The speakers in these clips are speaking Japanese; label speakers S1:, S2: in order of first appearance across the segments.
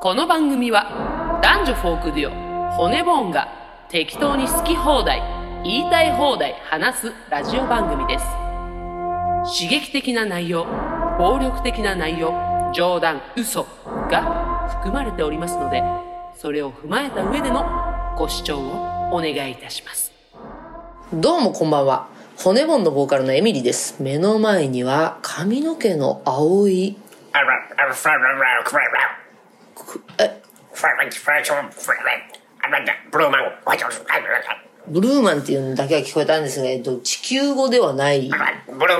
S1: この番組は男女フォークデュオ骨ボーンが適当に好き放題言いたい放題話すラジオ番組です刺激的な内容暴力的な内容冗談嘘が含まれておりますのでそれを踏まえた上でのご視聴をお願いいたします
S2: どうもこんばんは。骨盆のボーカルのエミリーです。目の前には髪の毛の青い、え、ブルーマンっていうのだけは聞こえたんですが、えっと、地球語ではない、ブブル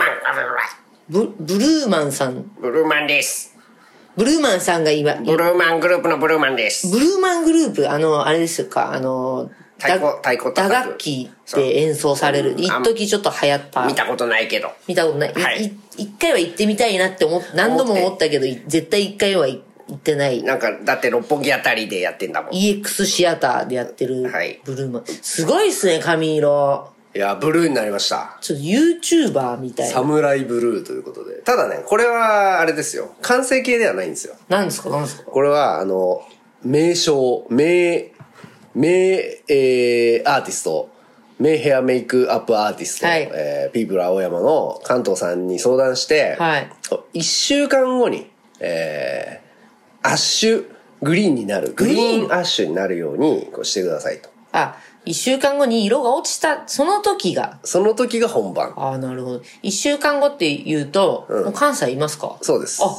S2: ーマンさん、
S3: ブルーマンです。
S2: ブルーマンさんが今、
S3: ブルーマングループのブルーマンです。
S2: ブルーマングループ、あの、あれですか、あの、
S3: 太鼓
S2: だ
S3: 太鼓叩
S2: 打
S3: く
S2: 楽器で演奏される。一
S3: あん
S2: 時ちょっと流行った。
S3: 見たことないけど。
S2: 見たことない。い
S3: はい
S2: い一回は行ってみたいなって思っ、何度も思ったけど、い絶対一回は行ってない。
S3: なんか、だって六本木あたりでやってんだもん。い
S2: EX シアターでやってる
S3: はい
S2: ブルーマン。すごいっすね、髪色。
S3: や、ブルーになりました。
S2: ちょっと YouTuber みたい
S3: サ
S2: な。
S3: ムライブルーということで。ただね、これは、あれですよ。完成形ではないんですよ。
S2: なんですかなんですか
S3: これは、あの、名称、名、名、えー、アーティスト、名ヘアメイクアップアーティスト、
S2: はい
S3: えーピープル青山の関東さんに相談して、
S2: はい
S3: 1週間後に、えー、アッシュ、グリーンになる、グリーンアッシュになるようにこうしてくださいと。
S2: あ、一週間後に色が落ちた、その時が。
S3: その時が本番。
S2: ああ、なるほど。一週間後って言うと、もう関西いますか
S3: そうです。
S2: あ、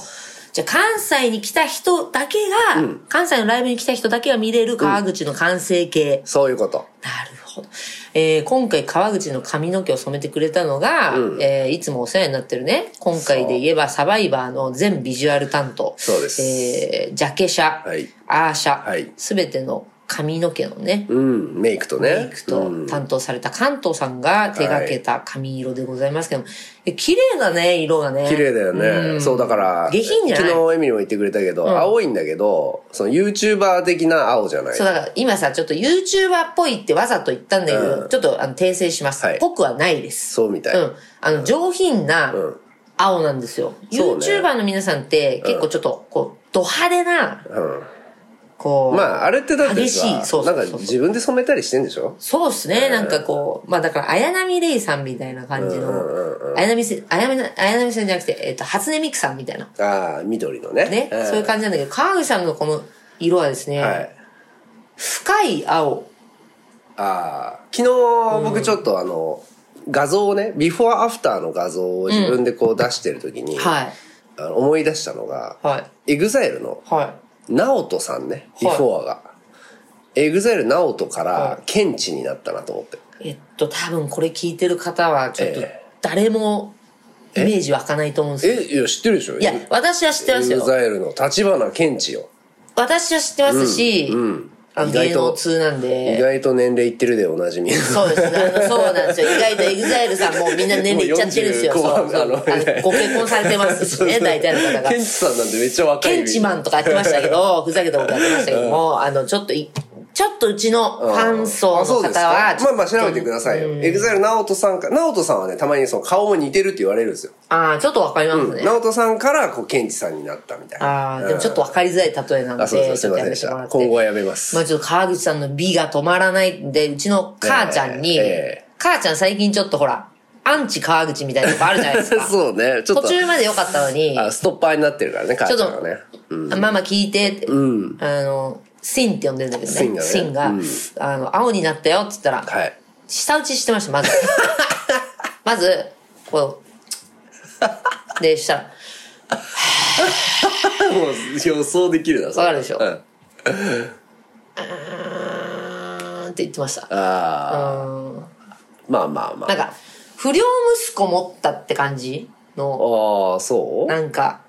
S2: じゃあ関西に来た人だけが、関西のライブに来た人だけが見れる川口の完成形。
S3: そういうこと。
S2: なるほど。えー今回川口の髪の毛を染めてくれたのが、えーいつもお世話になってるね。今回で言えばサバイバーの全ビジュアル担当。
S3: そうです
S2: えージャケシャ、
S3: はい
S2: アーシャ、
S3: はい
S2: すべての髪の毛のね、
S3: うん、メイクとね。
S2: メイクと担当された関東さんが手掛けた髪色でございますけども、え綺麗だね、色がね。
S3: 綺麗だよね、そうだから
S2: 下品じゃない
S3: 昨日エミリも言ってくれたけど、青いんだけどその YouTuber 的な青じゃない
S2: そうだから今さ、ちょっと YouTuber っぽいってわざと言ったんだけど、ちょっとあの訂正します。
S3: はい
S2: ぽくはないです。
S3: そうみたい、
S2: うん。あの、上品な青なんですよ。
S3: そうね
S2: YouTuber の皆さんって結構ちょっと、こう、ド派手な、こう、
S3: まああれってだって
S2: 激しい
S3: さ
S2: そうそうそう
S3: なんか自分で染めたりしてんでしょ
S2: そうっすね、なんかこう、まあだから、綾波レイさんみたいな感じの、綾波せ、綾波、綾波さんじゃなくて、えっ、と、初音ミクさんみたいな、
S3: ああ緑のね
S2: ね、
S3: ん
S2: そういう感じなんだけど、川口さんのこの色はですね、
S3: はい
S2: 深い青。
S3: ああ昨日僕ちょっとあの、画像をねビフォーアフターの画像を自分でこう出してる時に、
S2: はい。
S3: あの思い出したのが、
S2: はい。
S3: エグザイルの
S2: は
S3: ナオトさんねビ
S2: はい
S3: フォーが、エグザイルナオトからケンチになったなと思って、
S2: い。えっと、多分これ聞いてる方は、ちょっと
S3: ええ、
S2: 誰も、イメージ湧かないと思うんですけど
S3: えいや知ってるでしょ
S2: いや、私は知ってます
S3: エグ
S2: よ。
S3: ザイルの立花健知よ、
S2: 私は知ってますし、
S3: うん、
S2: あの
S3: 意外
S2: 芸
S3: と
S2: 能通なん
S3: 意
S2: で。
S3: 外と年齢いってるでおなじみ
S2: そうですね。あのそうなんですよ。意外とエグザイルさんもうみんな年齢いっちゃってるんですよ。
S3: もう
S2: そう
S3: 45
S2: そうあの
S3: あの
S2: ご結婚されて ますしね、大体の方が
S3: ケ。ンチさんなんてめっちゃ若い
S2: ケンチマンとかやってましたけど、ふざけたことやってましたけども、あの、ちょっとい、ちょっとうちのファン層の
S3: あそうです
S2: 方
S3: か
S2: は、
S3: まあまあ調べてくださいよ。エグザイル直人さんか、直人さんはね、たまにその顔も似てるって言われるんですよ。
S2: ああ、ちょっとわかりますね。
S3: 直人さんから、こう、ケンチさんになったみたいな。
S2: ああ、でもちょっとわかりづらい例えなの
S3: あ、そうで
S2: で、
S3: す
S2: ち
S3: すい
S2: ょっと
S3: ませ
S2: や
S3: んで
S2: め
S3: して
S2: も
S3: た。
S2: らって。
S3: 今後はやめます。
S2: まあちょっと川口さんの美が止まらないんで、うちの母ちゃんに、
S3: えええ
S2: 母ちゃん最近ちょっとほら、アンチ川口みたいなとこあるじゃないですか。
S3: そうね、ちょ
S2: 途
S3: っと。
S2: 中まで良かったのに、
S3: あ、ストッパーになってるからね、
S2: ち
S3: 母
S2: ょっ
S3: ちゃ
S2: と
S3: んがね。、
S2: ママ聞いてって、あの、シンって呼んでるんだけど
S3: シンが
S2: ね。
S3: ね
S2: シンが、あの、青になったよって言ったら、
S3: はい。
S2: 舌打ちしてました、 まず。まず、こう。で、したら、
S3: もう予想できるな、わ
S2: わかるでしょ
S3: うん。
S2: うーんって言ってました。
S3: ああ、
S2: うん
S3: まあまあまあ
S2: なん。か、不良息子持ったって感じの、
S3: ああ、そう
S2: なんか、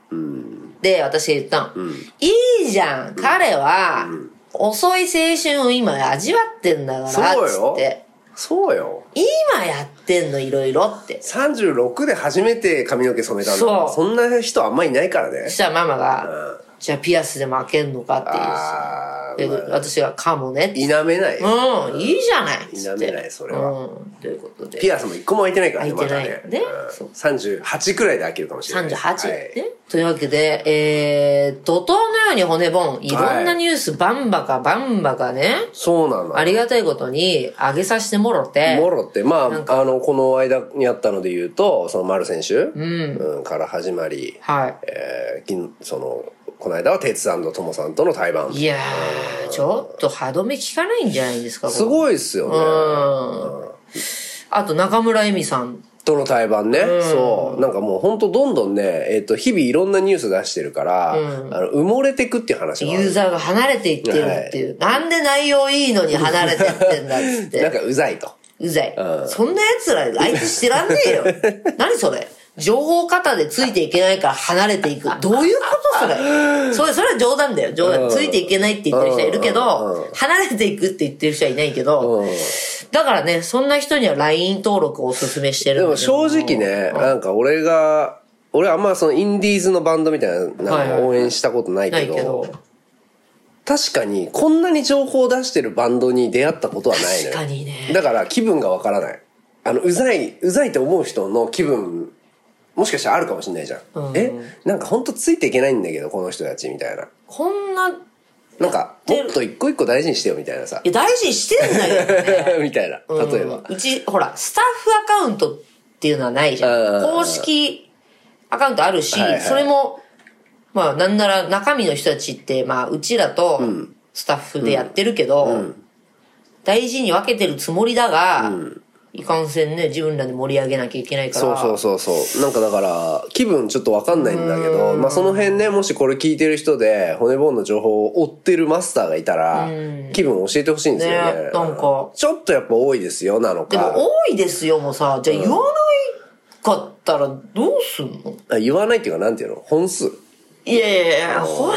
S2: で、私が言ったの、いいじゃん、彼は、遅い青春を今味わってんだから、
S3: そう
S2: つっ
S3: よ
S2: て。
S3: そうよ。
S2: 今やってんの、いろいろって。
S3: 36で初めて髪の毛染めたんだから
S2: そう
S3: そんな人あんまいないからね
S2: そ。したらママが、じゃあピアスでも開けんのかっ
S3: あ
S2: て
S3: ー
S2: いう。で
S3: まあ、
S2: 私はかもねって。
S3: 否めない。
S2: うん、いいじゃないっつって。
S3: 否めないそれは
S2: うん、ということで。
S3: ピアスも一個も開いてないからね、
S2: 開
S3: ま
S2: いて
S3: だ
S2: ない
S3: ね。
S2: ね
S3: うん
S2: そう
S3: 38くらいで開けるかもしれない。
S2: 38、
S3: はい
S2: ね。というわけで、えー、怒涛のように骨盆、いろんなニュースバンバカバンバカね、
S3: そうなの。
S2: ありがたいことに上げさせてもろて、
S3: モロって、ま
S2: なん
S3: あ、あの、この間にあったので言うと、その丸選手、
S2: ん
S3: うんから始まり、
S2: は
S3: えー、銀その、この間は鉄さんとともさんとの対バン
S2: い。いやー、ちょっと歯止め効かないんじゃないですか、これ
S3: すごいっすよね。
S2: うん。あと中村恵美さん。
S3: との対バンね、そう。なんかもう本当どんどんね、えっ、と、日々いろんなニュース出してるから、あの埋もれてくっていう話があ
S2: ユー
S3: る。
S2: ザーが離れていってるっていう。なんで内容いいのに離れてってんだっつっ
S3: なん
S2: て。
S3: かうざいと。
S2: うざい。
S3: うん
S2: そんな奴ら相手してらんね えよ。何それ情報型でついていけないから離れていく。どういうことそれそれ、それは冗談だよ。冗談。
S3: うん
S2: ついていけないって言ってる人はいるけ
S3: うん
S2: ど
S3: う、
S2: 離れていくって言ってる人はいないけど、だからね、そんな人には LINE 登録をおすすめしてる
S3: で
S2: ん
S3: も
S2: だけど
S3: 正直ね、なんか俺が、俺あんまそのインディーズのバンドみたいな
S2: はい
S3: な
S2: は
S3: ん
S2: い
S3: か応援したことない
S2: な
S3: け
S2: い
S3: ど、
S2: けど。
S3: 確かにこんなに情報を出してるバンドに出会ったことはないのよ。
S2: 確かにね
S3: だから気分がわからない。あの、うざい、うざいって思う人の気分、もしかしたらあるかもしれないじゃん。えなんかほんとついていけないんだけど、この人たちみたいな。
S2: こんな、い
S3: なんか、もっと一個一個大事にしてよみたいなさ。
S2: や、大事にしてんだけどね。
S3: みたいな。例えば。
S2: うんうち、ほら、スタッフアカウントっていうのはないじ
S3: うんうん
S2: ゃ。
S3: うんん
S2: 公式アカウントあるし、
S3: はいはい
S2: それも、まあ、なんなら中身の人たちって、まあ、うちらとスタッフでやってるけど、大事に分けてるつもりだが、いかんせんね、自分らで盛り上げなきゃいけないから。
S3: そうそうそうそう。なんかだから、気分ちょっとわかんないんだけど、まあその辺ね、もしこれ聞いてる人で、骨ボーンの情報を追ってるマスターがいたら、気分を教えてほしいんですよね。
S2: ねなんか
S3: ちょっとやっぱ多いですよ、なの
S2: で
S3: か。
S2: も、多いですよもさ、じゃあ言わないかったらどうすんの
S3: あ言わないっていうか、なんていうの本数。
S2: いやいやいや、ほら、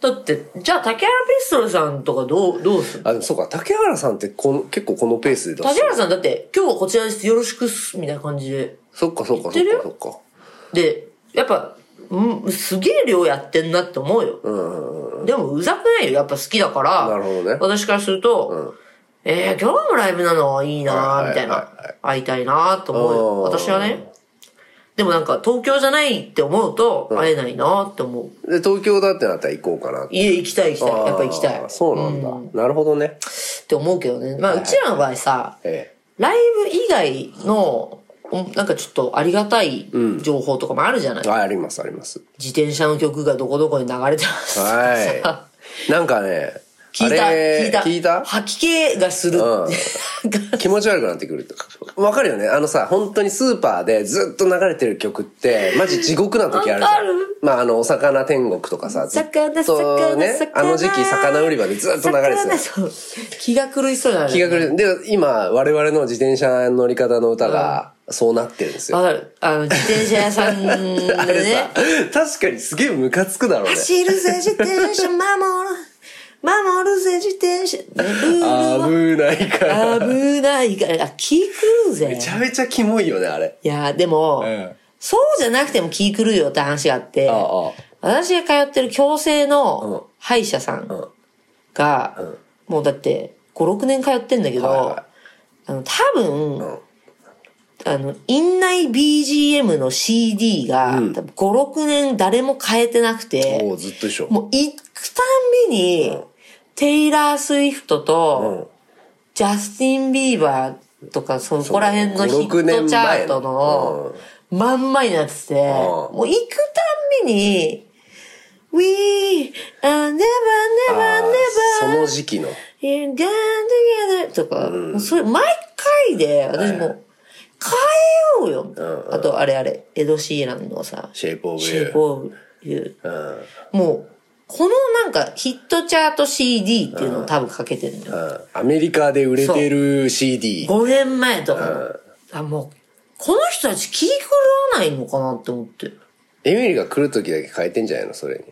S2: だって、じゃあ竹原ピストルさんとかどう、どうすんの
S3: あ、でもそうか、竹原さんってこの結構このペースで出
S2: 竹
S3: す。
S2: 原さんだって、今日はこちらです、よろしくっす、みたいな感じで。
S3: そっかそっかそ
S2: 言ってる
S3: っ
S2: よ
S3: かそっか。
S2: で、やっぱ、うん、すげえ量やってんなって思うよ。でも、うざくないよ。やっぱ好きだから。
S3: なるほどね
S2: 私からすると、えー、今日もライブなのいいなーみたい
S3: はい
S2: な
S3: はいはいは。
S2: 会いたいなーと思うよ。
S3: あー
S2: 私はね。でもなんか、東京じゃないって思うと、会えないなーって思う。
S3: で、東京だってなったら行こうかなって。
S2: 家行きたい行きたい。やっぱ行きたい。
S3: あー
S2: っ
S3: そうなんだ。なるほどね。
S2: て思うけどね。まあ、うちらの場合さ、
S3: え
S2: ライブ以外の、おなんかちょっとありがたい情報とかもあるじゃない、
S3: え。はい、ありますあります。
S2: 自転車の曲がどこどこに流れてます。
S3: はい。なんかね、
S2: 聞いた、
S3: あれ
S2: 聞いた。
S3: 聞いた
S2: 吐き気がする。なんか
S3: 気持ち悪くなってくるとか。わかるよねあのさ、本当にスーパーでずっと流れてる曲って、マジ地獄な時あるじ
S2: わ
S3: ゃ
S2: か
S3: ん
S2: る。
S3: まあ、あの、お魚天国とかさ、ずっ
S2: 魚、
S3: と
S2: 魚、
S3: ね
S2: 魚。、
S3: あの時期魚売り場でずっと流れて
S2: 魚。
S3: た
S2: そう気が狂いそうだね。
S3: 気が狂いで、今、我々の自転車の乗り方の歌が、そうなってるんですよ。
S2: わかる。あの、自転車屋さんで
S3: あれさ
S2: ね。、
S3: 確かにすげえムカつくだろうね。
S2: 走るぜ、自転車、守る。守るぜ、自転車。ルール
S3: 危ないから。
S2: は危ないから。あ、気狂うぜ。
S3: めちゃめちゃキモいよね、あれ。
S2: いやー、でも、
S3: ん
S2: そうじゃなくても気狂うよって話があって、
S3: ああ
S2: 私が通ってる矯正の
S3: うん
S2: 歯医者さんが、もうだって、5、6年通ってんだけど、
S3: はいはい
S2: あの、多分、あの、院内 BGM の CD が、多分5、6年誰も変えてなくて、
S3: もうずっと一緒。
S2: もう行くたんびに、テイラー・スウィフトと、ジャスティン・ビーバーとか、そこら辺のヒッ
S3: 5 6年
S2: トチャ
S3: 前
S2: ートの、まんまになってて、もう行くたんびに、We are never,
S3: あー
S2: never,
S3: そ
S2: never
S3: の時期の。
S2: in g o n together とか、もうそれ毎回で、私もう、変えようよ。あと、あれあれ、エド・シーランのさ、
S3: シェイプオブユー
S2: シェイプオブユー。もう、このなんかヒットチャート CD っていうのを多分かけてるんだよ。
S3: うんアメリカで売れてる CD。
S2: 5年前とかの、あ、もう、この人たち気狂わないのかなって思って。
S3: エミリーが来る時だけ変えてんじゃないのそれに。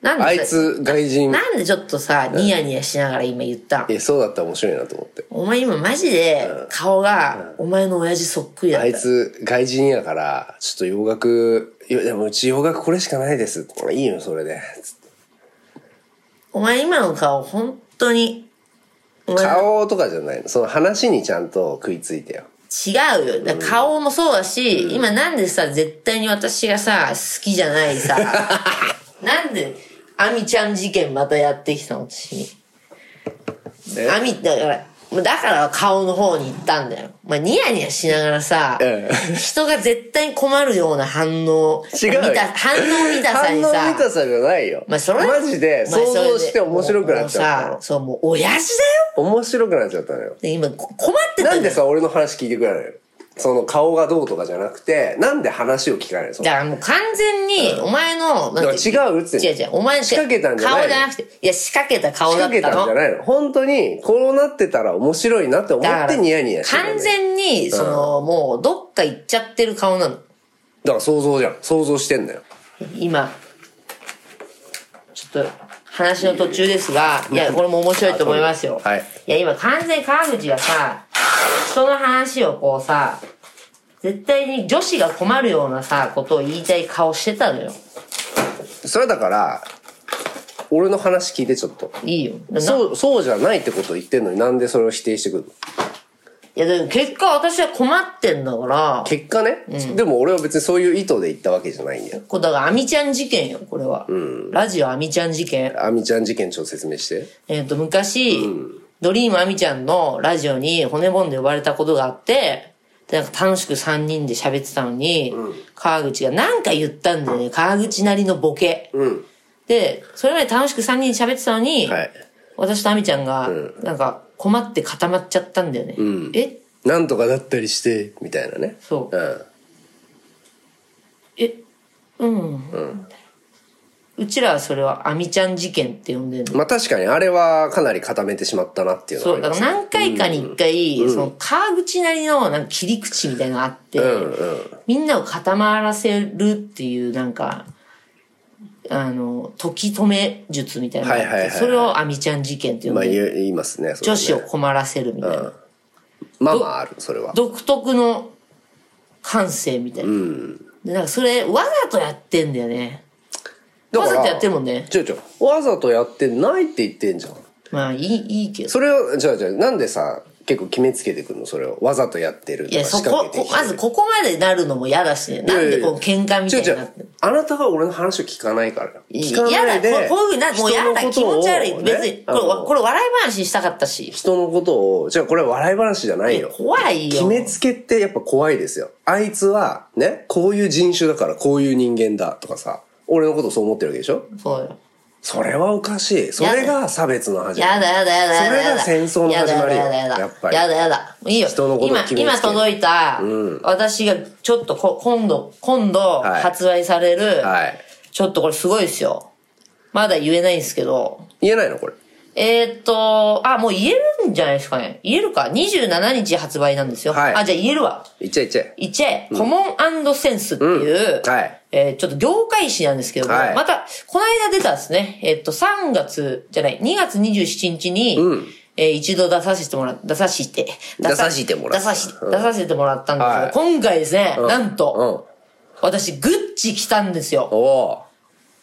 S2: なんで
S3: あいつ外人
S2: なんでちょっとさ、ニヤニヤしながら今言ったん
S3: えそうだったら面白いなと思って
S2: お前今マジで顔がお前の親父そっくりだった
S3: あいつ外人やからちょっと洋楽いやでもうち洋楽これしかないですいいよそれでつって
S2: お前今の顔本当にお前
S3: 顔とかじゃないのその話にちゃんと食いついてよ
S2: 違うよ。だから顔もそうだし、今なんでさ、絶対に私がさ、好きじゃない さ、なんで、アミちゃん事件またやってきたの、私に。
S3: え
S2: アミ、だから、だから顔の方に行ったんだよ。まあ、ニヤニヤしながらさ、
S3: ええ
S2: 人が絶対に困るような反応、
S3: 違うよ
S2: 見た反応見たさ
S3: 反応
S2: に
S3: 見
S2: さ、
S3: たさじゃないよ、
S2: まあ、それ
S3: マジで
S2: まあ
S3: 想
S2: それで
S3: 像して面白くなっちゃった
S2: もうさ、
S3: の
S2: そう、もう親父だよ
S3: 面白くなっちゃったのよ
S2: で今、こ困ってた
S3: なん
S2: だ
S3: で
S2: よ。
S3: さ俺の話聞いてくれないのその顔がどうとかじゃなくてなんで話を聞かないのその
S2: だからもう完全に、お前の、なん
S3: だから違うっつってんの
S2: 違う違う、お前
S3: 仕掛けたんじゃない
S2: 顔じゃなくて、いや、仕掛けた顔
S3: 仕
S2: だっ
S3: 掛け
S2: た
S3: たん
S2: の。
S3: じゃないの本当にこうなってたら面白いなって思
S2: だか
S3: っ
S2: ら
S3: てニヤニヤしてる、
S2: 完全に、その、もう、どっか行っちゃってる顔なの。
S3: だから想像じゃん想像してんだよ
S2: 今、ちょっと、話の途中ですが、いや、これも面白いと思いますよ。
S3: はい。
S2: いや、今完全に川口がさ、人の話をこうさ、絶対に女子が困るようなさ、ことを言いたい顔してたのよ。
S3: それだから俺の話聞いてちょっと
S2: いいよ。な
S3: そうそうじゃないってこと言ってんのになんでそれを否定してくるの
S2: いや、でも結果私は困ってんだから、
S3: 結果ね、でも俺は別にそういう意図で言ったわけじゃないんだよ
S2: これだから、アミちゃん事件よ、これは。ラジオアミちゃん事件。
S3: あみちゃん事件ちょっと説明して
S2: えっ、と、昔、ドリームアミちゃんのラジオに骨ボンで呼ばれたことがあって、でなんか楽しく3人で喋ってたのに、川口がなんか言ったんだよね。川口なりのボケ。
S3: うん
S2: で、それまで楽しく3人で喋ってたのに、
S3: はい
S2: 私とアミちゃんが、なんか困って固まっちゃったんだよね。え
S3: なんとかなったりしてみたいなね
S2: そう。
S3: ん
S2: え、うん。うちらはそれはアミちゃん事件って呼んでるの。
S3: まあ確かにあれはかなり固めてしまったなっていうのは
S2: そ
S3: あ
S2: う、
S3: り
S2: だか
S3: ま
S2: ら
S3: すね
S2: 何回かに一回、その川口なりのなんか切り口みたいなのがあって、みんなを固まらせるっていうなんか、あの、時止め術みたいなのがあって、
S3: はいはいはいはい
S2: それをアミちゃん事件って呼ん
S3: まあ
S2: で、
S3: 言う言いますねそ
S2: 女
S3: れはね
S2: 子を困らせるみたいな、
S3: まあまああるそれは
S2: 独特の感性みたいな。で、なんかそれわざとやってんだよね。
S3: だから
S2: わざとやってるもんね
S3: ちょいちょいわざとやってないって言ってんじゃん
S2: まあいい、いいけど。
S3: それをじゃあじゃあなんでさ結構決めつけてくるのそれをわざとやってると
S2: い
S3: か
S2: や、そ
S3: 仕掛
S2: こ
S3: け、て
S2: こ
S3: きて
S2: まずここまでなるのも嫌だしね。なんでこう喧嘩みたいになって
S3: 違う違うあなたが俺の話を聞かないから聞か
S2: や
S3: ない
S2: だ、こ
S3: で
S2: うこういうふうにな、もうやだ、気
S3: 人のこと
S2: 持
S3: を
S2: ち悪い。
S3: ね
S2: 別に、これ、
S3: あの
S2: これ笑い話したかったし。
S3: 人のことをじゃあこれは笑い話じゃないよ
S2: 怖いよ。
S3: 決めつけってやっぱ怖いですよ。あいつは、ね、こういう人種だからこういう人間だとかさ、俺のことそう思ってるわけでしょ
S2: そうよ。
S3: それはおかしい。それが差別の始ま
S2: や
S3: り。
S2: だやだやだやだやだ。
S3: それが戦争の始まりよ
S2: やだやだや
S3: やっ
S2: だ。
S3: ぱり
S2: やだやだ。もういいよ。
S3: 人のこと
S2: 今
S3: 決めつ、け
S2: 今届いた、私がちょっとこ今度、今度
S3: はい
S2: 発売される、
S3: はい。
S2: ちょっとこれすごいですよ。まだ言えないんですけど、
S3: 言えないのこれ。
S2: えーっと、あ、もう言えるんじゃないですかね。言えるか。27日発売なんですよ。
S3: はい
S2: あ、じゃあ言えるわ。
S3: 言っちゃいっちゃい。
S2: 一チコモンセンスっていう、
S3: うんはい
S2: えーちょっと業界誌なんですけども、
S3: はい
S2: また、この間出たんですね。えっ、と、3月じゃない、2月27日に、えー一度出させてもら、出させて、
S3: 出させてもら
S2: 出
S3: っ
S2: させ、出させてもらったんですけど、
S3: はい
S2: 今回ですね、なん
S3: うん。
S2: と、
S3: お
S2: 私、グッチ来たんですよ。
S3: お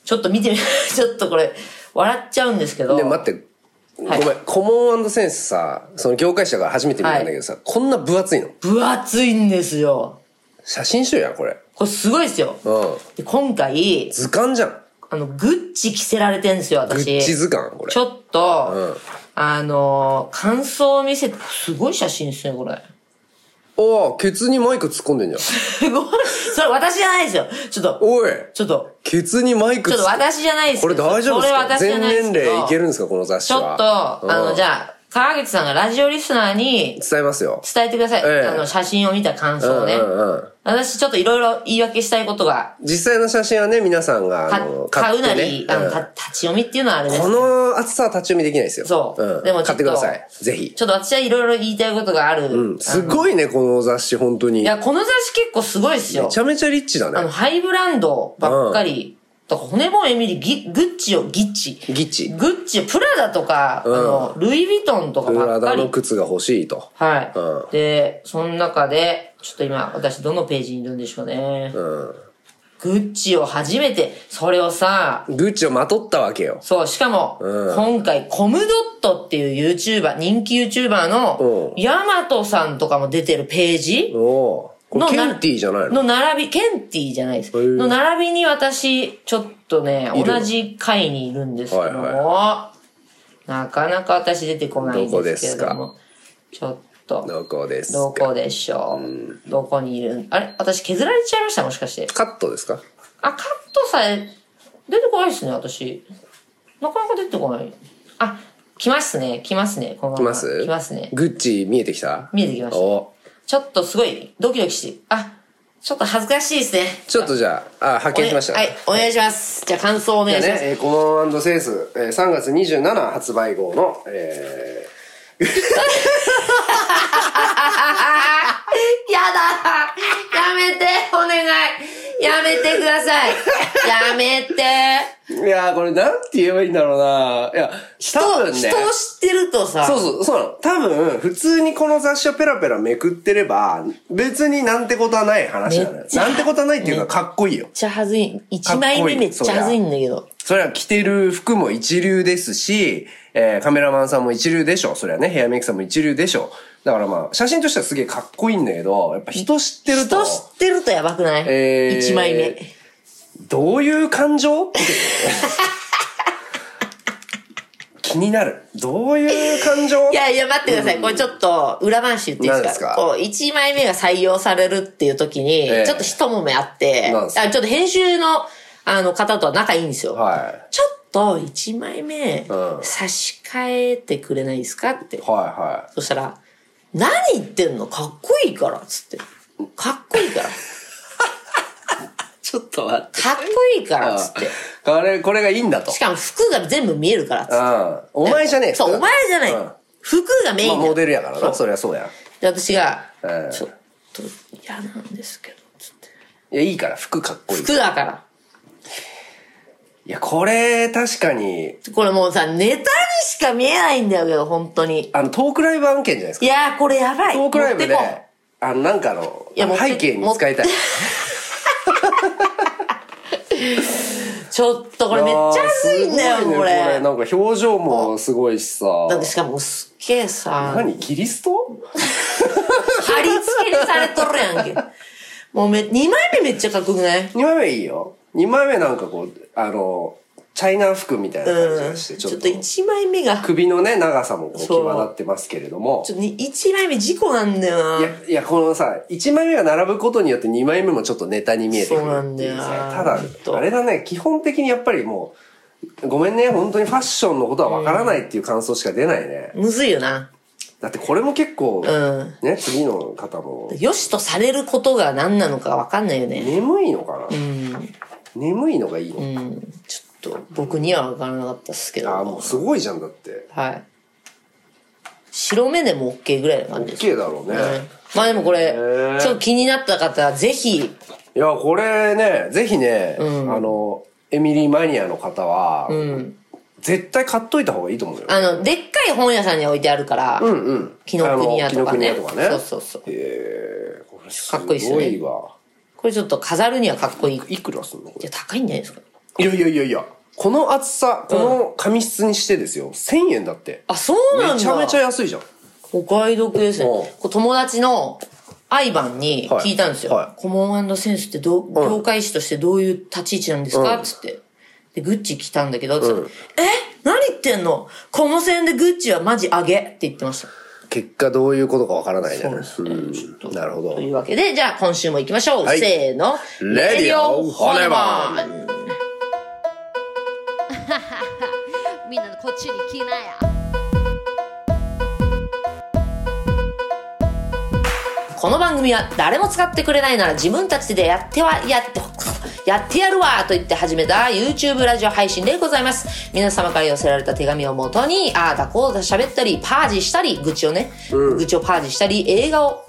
S2: ちょっと見てみ、 ちょっとこれ、笑っちゃうんですけど。
S3: ー。で、待って。ごめ
S2: はい
S3: ん。コモンセンスさ、その業界者から初めて見たんだけどさ、こんな分厚いの
S2: 分厚いんですよ。
S3: 写真集やん、これ。
S2: これすごいですよ。
S3: うん。
S2: で今回、
S3: 図鑑じゃん。
S2: あの、グッチ着せられてんですよ、
S3: グ
S2: 私。
S3: ッチ図鑑、これ
S2: ち。ょっと、
S3: うん
S2: あのー感想を見せて、すごい写真ですね、これ。
S3: おおケツにマイク突っ込んでんじゃん。
S2: すごい。それ私じゃないですよ。ちょっと、
S3: おい
S2: ちょっと、
S3: ケツにマイク
S2: ち
S3: 突
S2: ょ
S3: っ
S2: っと私じゃないです
S3: これ大丈夫
S2: それ
S3: です
S2: 私
S3: か
S2: じゃ
S3: 全
S2: ないです
S3: 年齢いけるんですかこの雑誌
S2: ちょ
S3: は。
S2: っと、あの、じ
S3: あ。
S2: ゃあ、川口さんがラジオリスナーに
S3: 伝えますよ。
S2: 伝えてください。
S3: ええ
S2: あの、写真を見た感想をね。
S3: うんうんうん
S2: 私ちょっといろいろ言い訳したいことが、
S3: 実際の写真はね、皆さんが、あ
S2: か
S3: の、
S2: 買うな
S3: って
S2: り、
S3: ね
S2: あの、
S3: うん
S2: た立ち読みっていうのはあれです
S3: この厚さは立ち読みできないですよ。
S2: そうで
S3: で
S2: も
S3: も
S2: ちょ
S3: 買
S2: っと
S3: ってください。ぜひ。
S2: ちょっと私はいろいろ言いたいことがある。
S3: すごいね、この雑誌、本当に。
S2: い
S3: め
S2: や、この雑誌結構すごいですよ。
S3: ちゃめちゃリッチだ
S2: あの、
S3: ね。
S2: ハイブランドばっかりだから骨もエミリギ、グッチをギッチ。
S3: ギッチ
S2: グッチ、プラダとか、あ
S3: ん
S2: の、ルイ・ヴィトンとか
S3: プ
S2: ば
S3: ラ
S2: っか
S3: ダの
S2: り。
S3: 靴が欲しいと。
S2: はい、
S3: うん
S2: で、その中で、ちょっと今、私どのページにいるんでしょうね。
S3: うん。
S2: グッチを初めて、それをさ、
S3: グッチをまとったわけよ。
S2: そう、しかも、
S3: うん
S2: 今回、コムドットっていう YouTuber、人気 YouTuber の
S3: う、ん
S2: ヤマトさんとかも出てるページ
S3: おおー。これ
S2: の
S3: ケンティーじゃないの
S2: の並び、ケンティじゃないです。
S3: へー
S2: の並びに私、ちょっとね、
S3: いる
S2: 同じ階にいるんですけども、
S3: はい
S2: なかなか私出てこないんですけれど
S3: ど
S2: も、ちょっと、
S3: どこです
S2: ど
S3: か
S2: こでしょう、どこにいるんあれ私削られちゃいましたもしかして。
S3: カットですか
S2: あ、カットさえ、出てこないですね、私。なかなか出てこない。あ、来ますね、来ますね、このま
S3: 来
S2: ま。
S3: ます
S2: 来ますね。
S3: グッチ見えてきた
S2: 見えてきました。
S3: お
S2: ちょっとすごい、ドキドキして、あ、ちょっと恥ずかしいですね。
S3: ちょっとじゃあ、あ、発見しました。
S2: はい、お願いします。じゃあ感想お願いします。
S3: ね、えーコモンセンス、えー、3月27発売号の、え
S2: やだやめてお願いやめてくださいやめて
S3: ー、いやー、これなんて言えばいいんだろうな。いや、多分ね。
S2: 人を知ってるとさ、
S3: そうそう、そうなの。多分、普通にこの雑誌をペラペラめくってれば、別になんてことはない話なの
S2: め
S3: よ
S2: っ。ちゃ
S3: なんてことはないっていうか、かっこいいよ
S2: めっ。ちゃはずい。一
S3: 枚
S2: 枚
S3: 目
S2: 目
S3: め
S2: め
S3: っ
S2: っ
S3: ち
S2: ち
S3: ゃ
S2: ゃ
S3: は
S2: は
S3: ず
S2: ず
S3: い
S2: い
S3: ん
S2: んだけど。
S3: それは着てる服も一流ですし、えーカメラマンさんも一流でしょ。それはね、ヘアメイクさんも一流でしょ。だからまあ、写真としてはすげえかっこいいんだけど、やっぱ人知ってると
S2: 人、知ってるとやばくない、
S3: えー
S2: 一枚目。
S3: どういう感情って気になる。どういう感情
S2: いやいや、待ってください。これちょっと、裏話言っていいですか
S3: 何ですか
S2: こう、一枚目が採用されるっていう時に、
S3: ええ
S2: ちょっと一揉めあって、
S3: なん
S2: あ
S3: です
S2: ちょ
S3: か
S2: っと編集の、あの、方とは仲いいんですよ。
S3: は
S2: ちょっと一枚目
S3: うん
S2: 差し替えてくれないですかって
S3: い。。は
S2: そしたら、何言ってんのかっこいいからっつって。かっこいいから。
S3: い。ちょっと待っ
S2: かっこいいからっつって。
S3: て。あれ、これがいいんだと
S2: し。かも服が全部見えるからっつって。
S3: うん。お前じゃねえ。
S2: そう、お前じゃない。
S3: うん
S2: 服がメイン
S3: ま
S2: だ
S3: あ、
S2: よ
S3: モデルやから
S2: そ
S3: な。
S2: う
S3: そりゃそうや。
S2: で、私が、
S3: うん
S2: ちょっと嫌なんですけど、つって。
S3: いや、いいから、服かっこいい。
S2: 服だから。
S3: いや、これ、確かに、
S2: これもうさ、ネタにしか見えないんだよけど、本当に。
S3: あの、トークライブ案件じゃないです
S2: い
S3: か。
S2: やー、これやばい。
S3: トークライブで
S2: 持ってこ、
S3: あの、なんかの、
S2: いや持って
S3: 背景に使いたい。
S2: うちょっとこれめっちゃ熱いんだ
S3: あーす
S2: よ、
S3: ごね
S2: これ。
S3: なんか表情もすごいしさ。
S2: なんかしかもすっげえ さ、貼り
S3: 何キリスト
S2: 付けにされとるやんけ。もうめ、2枚目めっちゃかっこよくない
S3: ?2 枚目いいよ。2枚目なんかこう、あの、チャイナ服みたいな感じ
S2: うん。
S3: がして、
S2: ち
S3: ちょ
S2: ょ
S3: っ
S2: っ
S3: と
S2: と。1枚目が、
S3: 首のね、長さもこう
S2: そう
S3: 際立ってますけれども
S2: ち。ょっと1枚目事故なんだよ
S3: い
S2: な。
S3: や、いや、このさ、1枚目が並ぶことによって2枚目もちょっとネタに見えてくる
S2: そうなん
S3: っ
S2: だ
S3: てい
S2: よ
S3: う
S2: な
S3: さ
S2: ちょった
S3: だ、
S2: と
S3: あれだね、基本的にやっぱりもう、ごめんね、本当にファッションのことはわからないっていう感想しか出ないね。
S2: むずいよな。
S3: だってこれも結構、
S2: うん
S3: ね、次の方も、
S2: よしとされることが何なのかわかんないよね。
S3: 眠いのかな、眠いのがいいの、
S2: うん。ちょっと僕にはわからなかったっすけど。
S3: ああ、もうすごいじゃんだって。
S2: はい。白目でも OK ぐらいの感じです。
S3: OK だろう
S2: う
S3: ね。
S2: んまあでもこれ
S3: ー、
S2: ちょっと気になった方、ぜひ、
S3: いや、これね、ぜひね、
S2: ん
S3: あの、エミリーマニアの方は、
S2: うん。
S3: 絶対買っといた方がいいと思うよ。
S2: あの、でっかい本屋さんに置いてあるから、
S3: うんうん。
S2: 紀ノ国屋とかね
S3: あの紀ノ国屋とかね。
S2: そうそうそう
S3: へえ、これす
S2: かっこいいっすよ
S3: ご
S2: ね
S3: いわ。
S2: これちょっと飾るにはかっこいい。い
S3: いくらすんのこれ
S2: や、高いんじゃないですか。
S3: いやいやいやいや、この厚さ、この紙質にしてですよ、1000円だって。
S2: あ、そうなんだ。
S3: めちゃめちゃ安いじゃん。
S2: お買い得ですね。
S3: うん
S2: こう友達のアイバンに聞いたんですよ。
S3: はいはい
S2: コモンセンスってどう、業界誌としてどういう立ち位置なんですか、つって。で、グッチ来たんだけど、つってえ何言ってんのコモセンでグッチはマジ上げって言ってました。
S3: 結果どういうことかわからないね。
S2: そうですねちょっと
S3: うんなるほど
S2: と。いうわけで、じゃあ今週も行きましょう。
S3: はい
S2: せーの。
S3: レディオホネマ
S2: ン
S4: みんなこっちに来なや。
S2: この番組は誰も使ってくれないなら自分たちでやってはやってやってやるわと言って始めた YouTube ラジオ配信でございます。皆様から寄せられた手紙をもとに、ああだこうだ喋ったり、パージしたり、愚痴をね、愚痴をパージしたり、映画を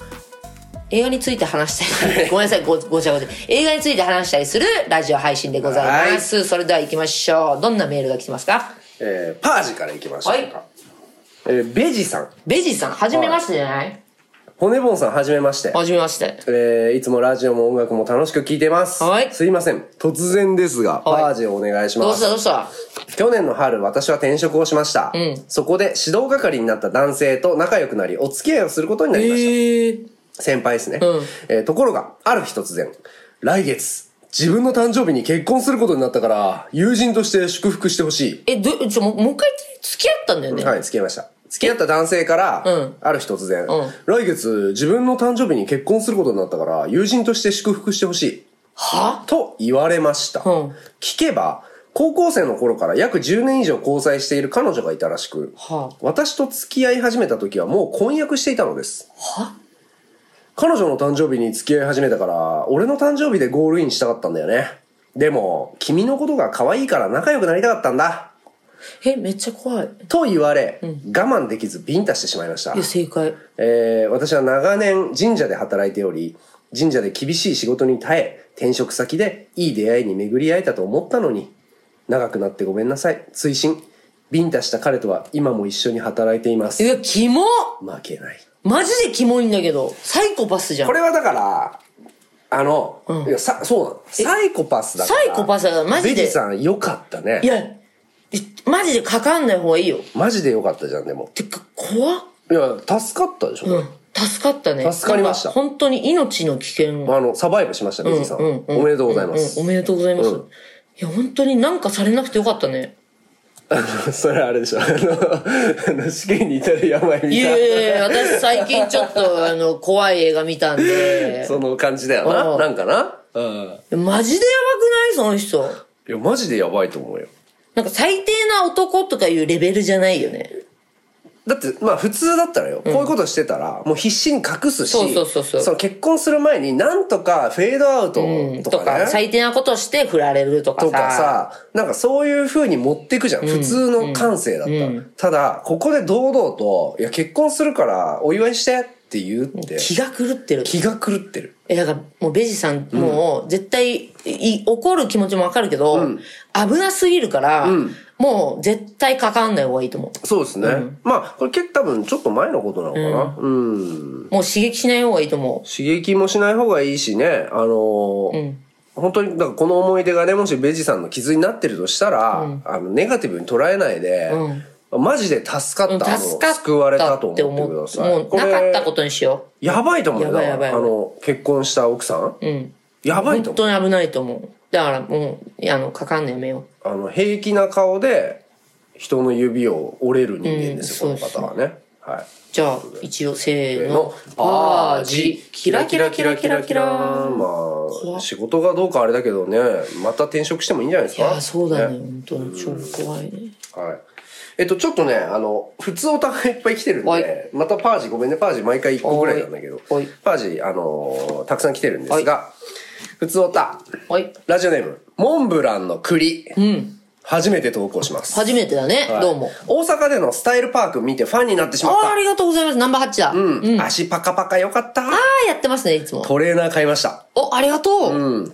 S2: 映画について話したり、 ごめんなさい、ごごちゃごちゃ。映画について話したりするラジオ配信でございます。それでは行きましょう。どんなメールが来てますか
S3: えー、パージからいきましょう
S2: は
S3: か、
S2: い
S3: えーベジさん
S2: ベジさん、はじめましてじゃない
S3: 骨ボンさんはじめまして
S2: はじめまして。
S3: えーいつもラジオも音楽も楽しく聴いてます。
S2: はい
S3: すいません。突然ですが、
S2: はい
S3: パージをお願いし
S2: ど
S3: ま
S2: うした
S3: す。
S2: どうした
S3: 去年の春、私は転職をしました。
S2: ん
S3: そこで指導係になった男性と仲良くなり、お付き合いをすることになりました。
S2: ー。
S3: 先輩ですね、
S2: うん
S3: えーところが、ある日突然、来月、自分の誕生日に結婚することになったから、友人として祝福してほしい。
S2: え、ど、ちょ、もうもう一回付き合ったんだよね。
S3: はい、付き合いました。付き合った男性から、
S2: うん
S3: ある日突然、
S2: うん
S3: 来月自分の誕生日に結婚することになったから、友人として祝福してほしい。
S2: は
S3: と言われました。
S2: うん
S3: 聞けば、高校生の頃から約10年以上交際している彼女がいたらしく、
S2: は
S3: 私と付き合い始めた時はもう婚約していたのです。
S2: は
S3: 彼女の誕生日に付き合い始めたから、俺の誕生日でゴールインしたかったんだよね。でも、君のことが可愛いから仲良くなりたかったんだ。
S2: え、めっちゃ怖い。い
S3: と言われ、我慢できずビンタしてしまいました
S2: や、。正解。
S3: えー私は長年神社で働いており、神社で厳しい仕事に耐え、転職先でいい出会いに巡り会えたと思ったのに、長くなってごめんなさい。追伸。ビンタした彼とは今も一緒に働いていま
S2: い
S3: す。
S2: や、キモ
S3: 負けない。
S2: マジでキモいんだけど。サイコパスじゃん。
S3: これはだから、あの、いやさそうなの。サイコパスだから。
S2: サイコパスだからマジで
S3: ベジさんよかったね
S2: い。や、いマジでかかんない方がいいよ。
S3: マジでよかったじゃん、でも。
S2: てか、怖っ。
S3: いや、助かったでしょ、これ
S2: うん。助かったね。
S3: 助かりました
S2: なん本当に命の危険が。
S3: あの、サバイブしました、ベジさん。
S2: うんうん
S3: おめでとうございます。
S2: うんおめでとうございます。
S3: うん
S2: いや、本当になんかされなくてよかったね。
S3: それあれでしょあのあの試験に至る病みた
S2: い
S3: い
S2: や
S3: ない
S2: やいや、私最近ちょっと、あの、怖い映画見たんで。
S3: その感じだよな
S2: うん
S3: なんかなうん
S2: マジでやばくないその人。
S3: いやマジでやばいと思うよ
S2: なんか最低な男とかいうレベルじゃないよね。
S3: だってまあ普通だったらよ、こういうことしてたらもう必死に隠すし
S2: そうそうそうそう
S3: の結婚する前になんとかフェードアウト
S2: うん。
S3: と
S2: と
S3: かね、
S2: か、最低なことして振られるとかさ。
S3: とかさ、なんかそういう風に持っていくじゃん。普通の感性だったら。ただ、ここで堂々と、いや、結婚するからお祝いしてって言って、
S2: 気が狂ってる。
S3: 気が狂ってる。
S2: え、だから、もうベジさん、もう、絶対、い怒る気持ちもわかるけど、危なすぎるから、もう、絶対かかんない方がいいと思
S3: そうですね。まあ、これ結構多分ちょっと前のことなのかな。うん
S2: う。もう刺激しない方がいいと思
S3: 刺激もしない方がいいしね、あのー本当に、だからこの思い出がね、もしベジさんの傷になってるとしたら、あの、ネガティブに捉えないで、マジで助か
S2: う。う
S3: っ
S2: ん
S3: た、
S2: 助かっ
S3: 救われ
S2: た
S3: た
S2: っ
S3: と思ってて
S2: 思
S3: く
S2: う。
S3: ださい。
S2: もう、なかったことにしよ
S3: と。やばいと思うよ
S2: やばいやばい
S3: あの、結婚した奥さん、
S2: う。うん。
S3: やばいと
S2: 本
S3: 思
S2: 当
S3: う。
S2: に危ないと思う。だから、もう、いやあの、かかんないやめよ
S3: あの、平気な顔で、人の指を折れる人間ですよ、
S2: うん
S3: この方はね。はい。
S2: う。じゃあ、一応、せーの
S3: の。
S2: パージ。キラキラキラキラキラ。
S3: まあ仕事がどうかあれだけどねまた転職してもいいんじゃないです
S2: い
S3: か
S2: や、そうだね。本当に、超怖いね。
S3: はいえっとちょっとねあの普通お互いいっぱい来てるん
S2: はい
S3: でまたパージごめんねパージ毎回1個ぐらいなんだけど
S2: はい
S3: パージあのーたくさん来てるんですが普通おた
S2: はい。
S3: ラジオネームモンブランの栗
S2: うん。
S3: 初めて投稿します
S2: 初めてだね。
S3: はい
S2: どうも。
S3: 大阪でのスタイルパーク見てファンになってしまっ
S2: ああ、あ
S3: た
S2: りがとうございます。ナンバー8だ。うん
S3: うん足パカパカよかった
S2: ああ、やってますね、いつも。
S3: トレーナー買いました
S2: お、ありがとう。
S3: うん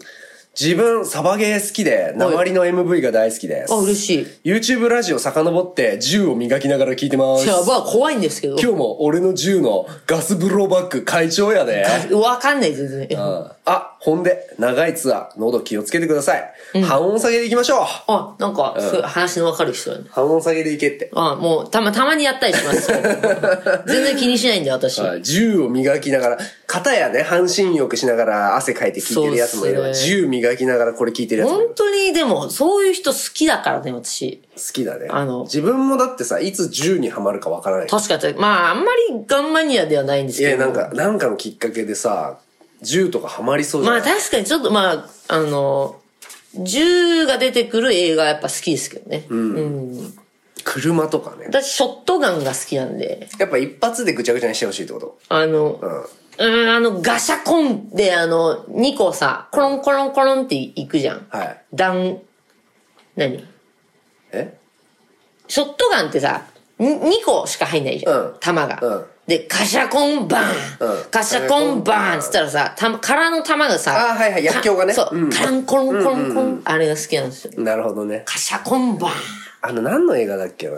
S3: 自分サバゲー好きで鉛の MV が大好きです
S2: あ、嬉しい。
S3: YouTube ラジオ遡って銃を磨きながら聞いてます
S2: やばい、怖いんですけど。
S3: 今日も俺の銃のガスブローバック会長やで、
S2: わかんない、全然。
S3: うんあほんで長いツアー喉気をつけてください、半音下げでいきましょう
S2: あ、なんか、そういう話のわかる人だね。
S3: 半音下げでいけって、
S2: あ、もう、たま、たまにやったりし ます。全然気にしないんだよ、私。
S3: はい銃を磨きながら肩やね半身浴しながら汗かいて聞いてるやつもいれ
S2: そう
S3: ば
S2: っすね
S3: 銃磨きながらこれ聞いてるやつもいる
S2: 本当に、でも、そういう人好きだからね、私。
S3: 好きだね
S2: あの
S3: 自分もだってさいつ銃にはまるかわからない
S2: 確かに、まあ、あんまりガンマニアではないんです
S3: い
S2: け
S3: や
S2: ど。
S3: なんかなんかのきっかけでさ銃とかハマりそうじゃ
S2: ま
S3: な
S2: あ、
S3: い、
S2: 確かに、ちょっと、まあ、あの、銃が出てくる映画はやっぱ好きですけどね。うん。
S3: 車とかね
S2: 私、ショットガンが好きなんで。
S3: やっぱ一発でぐちゃぐちゃにしてほしいってこと
S2: あの、うん、あの、ガシャコンで、あの、2個さ、コロンコロンコロンっていくじゃん。
S3: はい
S2: 弾、何
S3: え
S2: ショットガンってさ、2個しか入んないじゃん。
S3: うん
S2: 弾が。
S3: うん
S2: で、カシャコンバーン、
S3: うん
S2: カシャコンバーンっつったらさ、た空の玉がさ、
S3: あーはいはい薬莢がね
S2: かそう、
S3: うん
S2: カランコロンコロンコロン、あれが好きなんですよ。
S3: なるほどね
S2: カシャコンバーン。
S3: あの何の映画だっけな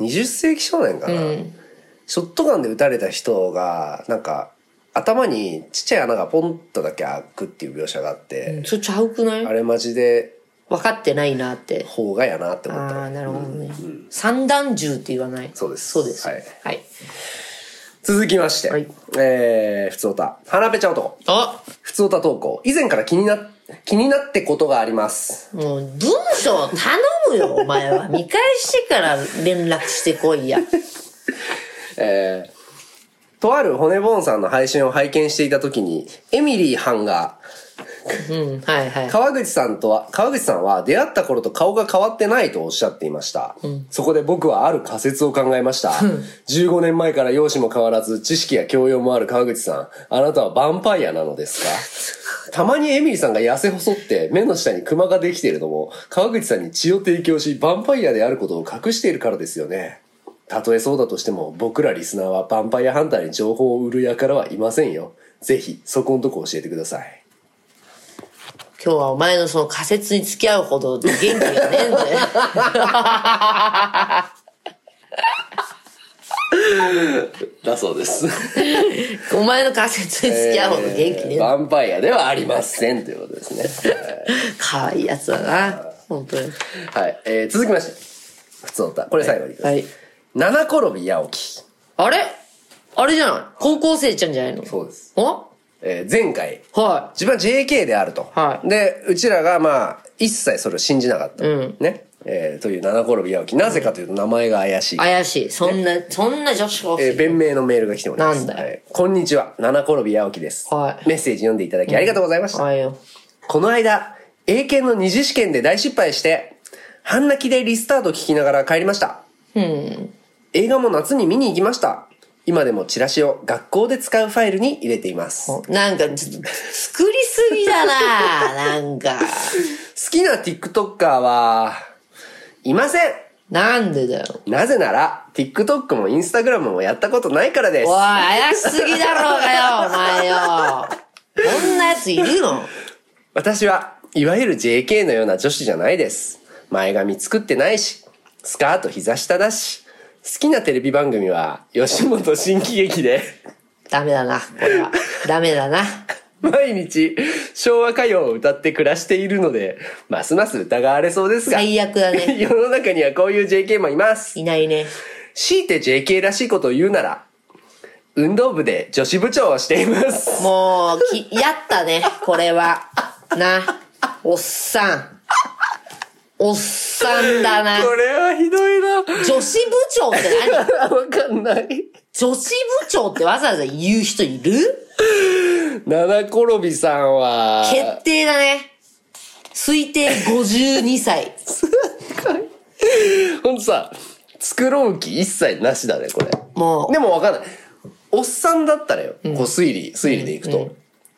S3: 20世紀少年かな、ショットガンで撃たれた人がなんか頭にちっちゃい穴がポンとだけ開くっていう描写があって、
S2: それちゃうくない
S3: あれマジで
S2: 分かってないなって。
S3: 邦画やなって思っ
S2: あ
S3: た
S2: あ、なるほどね。三段銃って言わない。
S3: そうです
S2: そうです。
S3: はい
S2: はい。
S3: 続きまして、
S2: はい
S3: えー、ふつおた花ぺちゃ男
S2: あ
S3: ふつおた投稿以前から気にな気になってことがあります
S2: もう文章頼むよ、 お前は。見返してから連絡してこいや。
S3: えーとある骨ボーンさんの配信を拝見していた時に、エミリー班が
S2: うん、はいはい。
S3: 川口さんとは、川口さんは出会った頃と顔が変わってないとおっしゃっていました。そこで僕はある仮説を考えました。15年前から容姿も変わらず、知識や教養もある川口さん、あなたはヴァンパイアなのですかたまにエミリーさんが痩せ細って目の下にクマができているのも、川口さんに血を提供し、ヴァンパイアであることを隠しているからですよね。たとえそうだとしても、僕らリスナーはヴァンパイアハンターに情報を売る輩はいませんよ。ぜひ、そこのとこ教えてください。
S2: 今日はお前のその仮説に付き合うほど元気がねえんだ よ。
S3: だそうです。
S2: お前の仮説に付き合うほど元気ねえん
S3: えー
S2: だよ。
S3: ヴァンパイアではありませんということですね。
S2: 可愛いやつだな。本当に。
S3: はい。えー続きまして。普通の歌。これ最後に。
S2: はい。
S3: 七転び八起き。
S2: あれあれじゃない高校生ちゃんじゃないの
S3: そうです。
S2: お
S3: えー前回、
S2: は
S3: 自分は JK であると。
S2: はい
S3: で、うちらがまあ、一切それを信じなかった。
S2: うん
S3: ね。えーという七転び八起き。なぜかというと名前が怪しい
S2: い。。怪しい。そんな、そんな女子高
S3: え
S2: 生。
S3: ー弁明のメールが来ておりま
S2: な
S3: す。
S2: んだよ
S3: はいこんにちは。七転び八起きです。
S2: はい
S3: メッセージ読んでいただきありがとうございました。
S2: はいよ。
S3: この間、英検の二次試験で大失敗して、半泣きでリスタート聞きながら帰りました。映画も夏に見に行きました。今でもチラシを学校で使うファイルに入れています。好
S2: なんか、ちょっと、作りすぎだ ななんか。
S3: きな TikToker は、いません
S2: なんでだよ。
S3: なぜなら、TikTok も Instagram もやったことないからで
S2: おい、
S3: す。
S2: 怪しすぎだろうがよ、お前よ。こんなやついるの
S3: 私はいわゆる JK のような女子じゃないです前髪作ってないしスカート膝下だし好きなテレビ番組は吉本新喜劇で
S2: ダメだな、これは。ダメだな。
S3: 毎日昭和歌謡を歌って暮らしているのでますます疑われそうですが
S2: 最悪だね。
S3: 世の中にはこういう JK もいます
S2: いないね。
S3: 強いて JK らしいことを言うなら運動部で女子部長をして います
S2: もう、き、やったね、これは。な。おっさん。おっさんだな。
S3: これはひどいな
S2: 女子部長って何
S3: わかんない
S2: 女子部長ってわざわざ言う人いる
S3: 七転びさんは
S2: 決定だね。推定52歳。
S3: ほんとさ、作ろう気一切なしだね、これ。
S2: もう
S3: でもわかんない。おっさんだったらよ、こう推理、推理でいくと。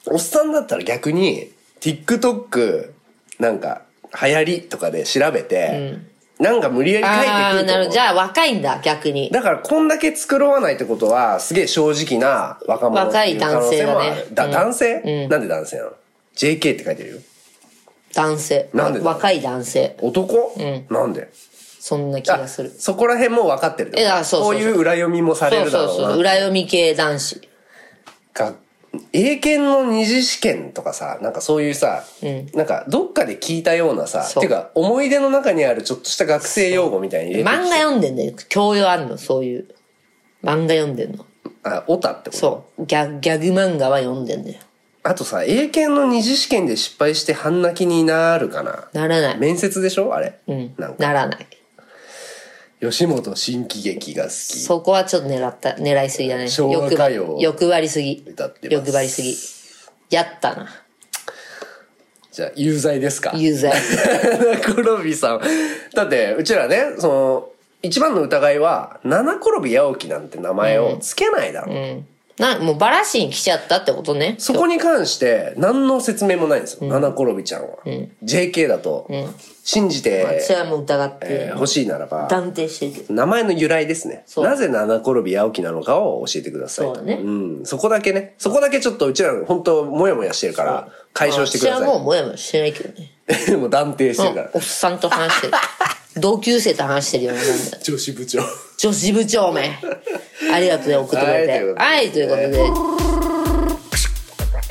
S3: おっさんだったら逆に、TikTok、なんか、流行りとかで調べて、なんか無理やり書いて
S2: あ
S3: く
S2: あ、
S3: ると
S2: なるほ
S3: 思う
S2: ど。じゃあ若いんだ、逆に。
S3: だからこんだけ作ろわないってことは、すげえ正直な若者ってう可能性もある
S2: 若い男性だね
S3: だ、
S2: うん
S3: 男性、
S2: うん
S3: なんで男性なの ?JK って書いてるよ。
S2: 男性。
S3: なんでだ
S2: 若い男性。
S3: 男、
S2: ん
S3: なんで
S2: そんな気
S3: あ
S2: がする。
S3: そこら辺も分かってるってこと
S2: えあそうそうそう
S3: こういう裏読みもされ
S2: そう
S3: るだ
S2: そう
S3: ろうな
S2: そう。裏読み系男子。
S3: が英検の二次試験とかさなんかそういうさ、なんかどっかで聞いたようなさ
S2: そう
S3: ていうか思い出の中にあるちょっとした学生用語みたいに入
S2: 漫
S3: れて
S2: 画読んでんだよ。教養あんの、そういう。漫画読んでんの。
S3: あオタってこと
S2: そう。ギャギャグ漫画は読んでんだよ。
S3: あとさ英検の二次試験で失敗して半泣きになるかな
S2: ならない。
S3: 面接でしょあれ、
S2: うん。
S3: な
S2: なん
S3: から
S2: ない。
S3: 吉本新喜劇が好き
S2: そこはちょっと狙った、狙いすぎだね。
S3: 昭和歌謡
S2: 欲張り欲張りすぎ。
S3: 歌ってます
S2: 欲張りすぎ。やったな。
S3: じゃあ有罪ですか
S2: 有罪。
S3: 七転びさん。 だって、うちらね、その、一番の疑いは、七転び八起きなんて名前をつけないだろう。
S2: な、もうバラしに来ちゃったってことね。
S3: そこに関して何の説明もないんですよ、七転びちゃんは、JK だと、信じて、
S2: 私はもう疑って、
S3: えー欲しいならば
S2: 断定してるけど。
S3: 名前の由来ですね
S2: そう
S3: なぜ七転び八起きなのかを教えてくださいと
S2: そうだね
S3: ん、そこだけねそこだけちょっとうちら本当モヤモヤしてるから解消してくだ
S2: 私
S3: さ
S2: はもうもやもやしてないけどね。
S3: い もう断定してるから、
S2: うんおっさんと話 してる。同級生と話してるようなもんだよ
S3: 女子部長
S2: 女子部長め。ありがとうね、送ってくれて。は、
S3: はいい
S2: と
S3: と
S2: い
S3: いうう
S2: こ
S3: ことと
S2: で。あもしもしもしもーし
S5: あ、もしもしもしもしもしも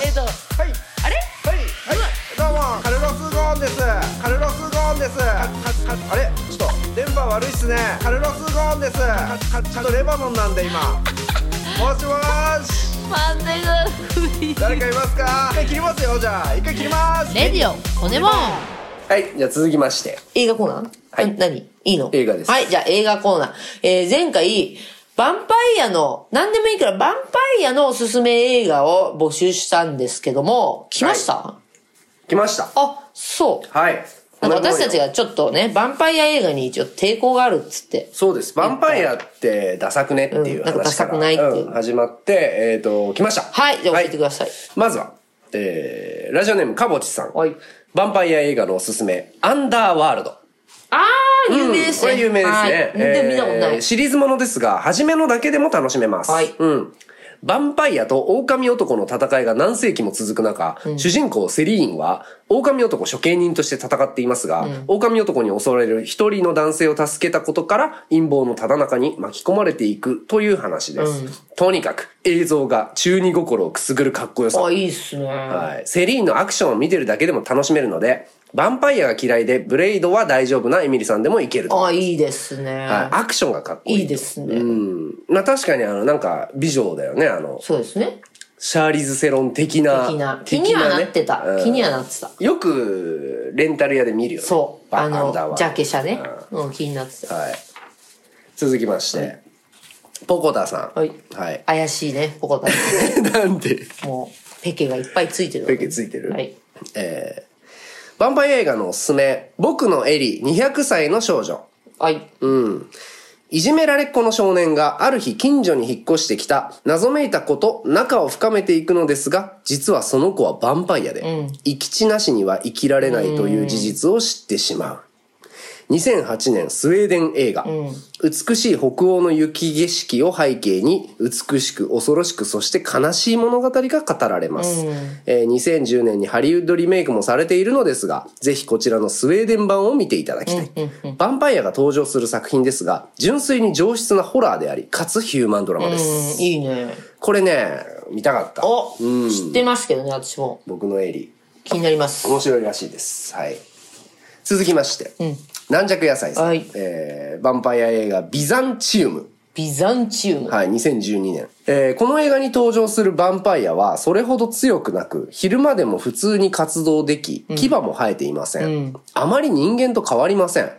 S2: えっと、
S5: はい
S2: あれ
S5: はいはいどうもカルロス・ゴーンですカルロス・ゴーンですかかあれちょっと電波悪いっすねカルロス・ゴーンですかかちょっとレバノンなんで今もしもし
S4: マンデが首
S5: 誰かいますか一回切りますよじゃあ一回切ります
S4: レディオ骨もん
S3: はいじゃあ続きまして
S2: 映画コーナー
S3: はい
S2: な何いいの
S3: 映画です
S2: はい、じゃあ映画コーナー。えー、前回、ヴァンパイアの、何でもいいから、ヴァンパイアのおすすめ映画を募集したんですけども、来ました、
S3: 来ました
S2: あ、そう。
S3: はい
S2: なんか私たち
S3: が
S2: がちょっとね、ヴァンパイア映画にちょっと抵抗があるっつって。
S3: そうです。ヴァンパイアってダサくねっていう
S2: うんなんかダ
S3: 話か
S2: サ
S3: ら、
S2: くないっていう
S3: うん始まって、えっ、と、来ました。
S2: はい、じゃあ教えてください。
S3: まずは、えー、ラジオネームかぼちさん。
S2: はい
S3: ヴァンパイア映画のおすすめ、アンダーワールド。
S2: あー、有名ですね。
S3: これ有名です
S2: はい
S3: ね。
S2: でも見たことな
S3: えー
S2: い。
S3: シリーズものですが、初めのだけでも楽しめます。
S2: はい
S3: うん。ヴァンパイアと狼男の戦いが何世紀も続く中、主人公セリーンは狼男処刑人として戦っていますが、狼男に襲われる一人の男性を助けたことから陰謀のただ中に巻き込まれていくという話です。とにかく映像が中二心をくすぐるかっこよさ。
S2: あ、いいっすね。
S3: はい、セリーンのアクションを見てるだけでも楽しめるので、ヴァンパイアが嫌いでブレイドは大丈夫なエミリさんでもいけると
S2: あ、いいですね。
S3: はい、アクションがかっこいい。
S2: いいですね。
S3: うん。まあ確かにあの、なんか、美女だよね、あの、
S2: そうですね。
S3: シャーリーズ・セロン的な。
S2: 気な気にはなってた。
S3: うん
S2: 気にはなってた。
S3: よく、レンタル屋で見るよね。
S2: そう。
S3: バ
S2: あ
S3: アンダーワー
S2: の、
S3: ルド
S2: ジャケ写ね。うん、気になってた。
S3: はい。続きまして、ポコタさん。
S2: はい
S3: はい。
S2: 怪しいね、ポコタ。
S3: なんで、
S2: もう、ペケがいっぱいついてる。
S3: ペケついてる
S2: はい。
S3: えー、ヴァンパイア映画のおすすめ、僕のエリ、200歳の少女。
S2: はい。
S3: うん。いじめられっ子の少年がある日近所に引っ越してきた謎めいた子と仲を深めていくのですが、実はその子はヴァンパイアで、生き地なしには生きられないという事実を知ってしまう。2008年スウェーデン映画、美しい北欧の雪景色を背景に美しく恐ろしくそして悲しい物語が語られます、えー2010年にハリウッドリメイクもされているのですがぜひこちらのスウェーデン版を見ていただきたい、ヴァンパイアが登場する作品ですが純粋に上質なホラーでありかつヒューマンドラマで
S2: う
S3: す、
S2: ん、いいね。
S3: これね見たかった
S2: お
S3: うん
S2: 知ってますけどね、私も。
S3: 僕のエリ
S2: 気になります。
S3: 面白いらしいですはい続きまして、軟弱野菜さん、
S2: はい
S3: えーヴァンパイア映画「ビザンチウム」
S2: ビザンチウム。
S3: はい、2012年。えーこの映画に登場するヴァンパイアは、それほど強くなく、昼間でも普通に活動でき、牙も生えていません。あまり人間と変わりません。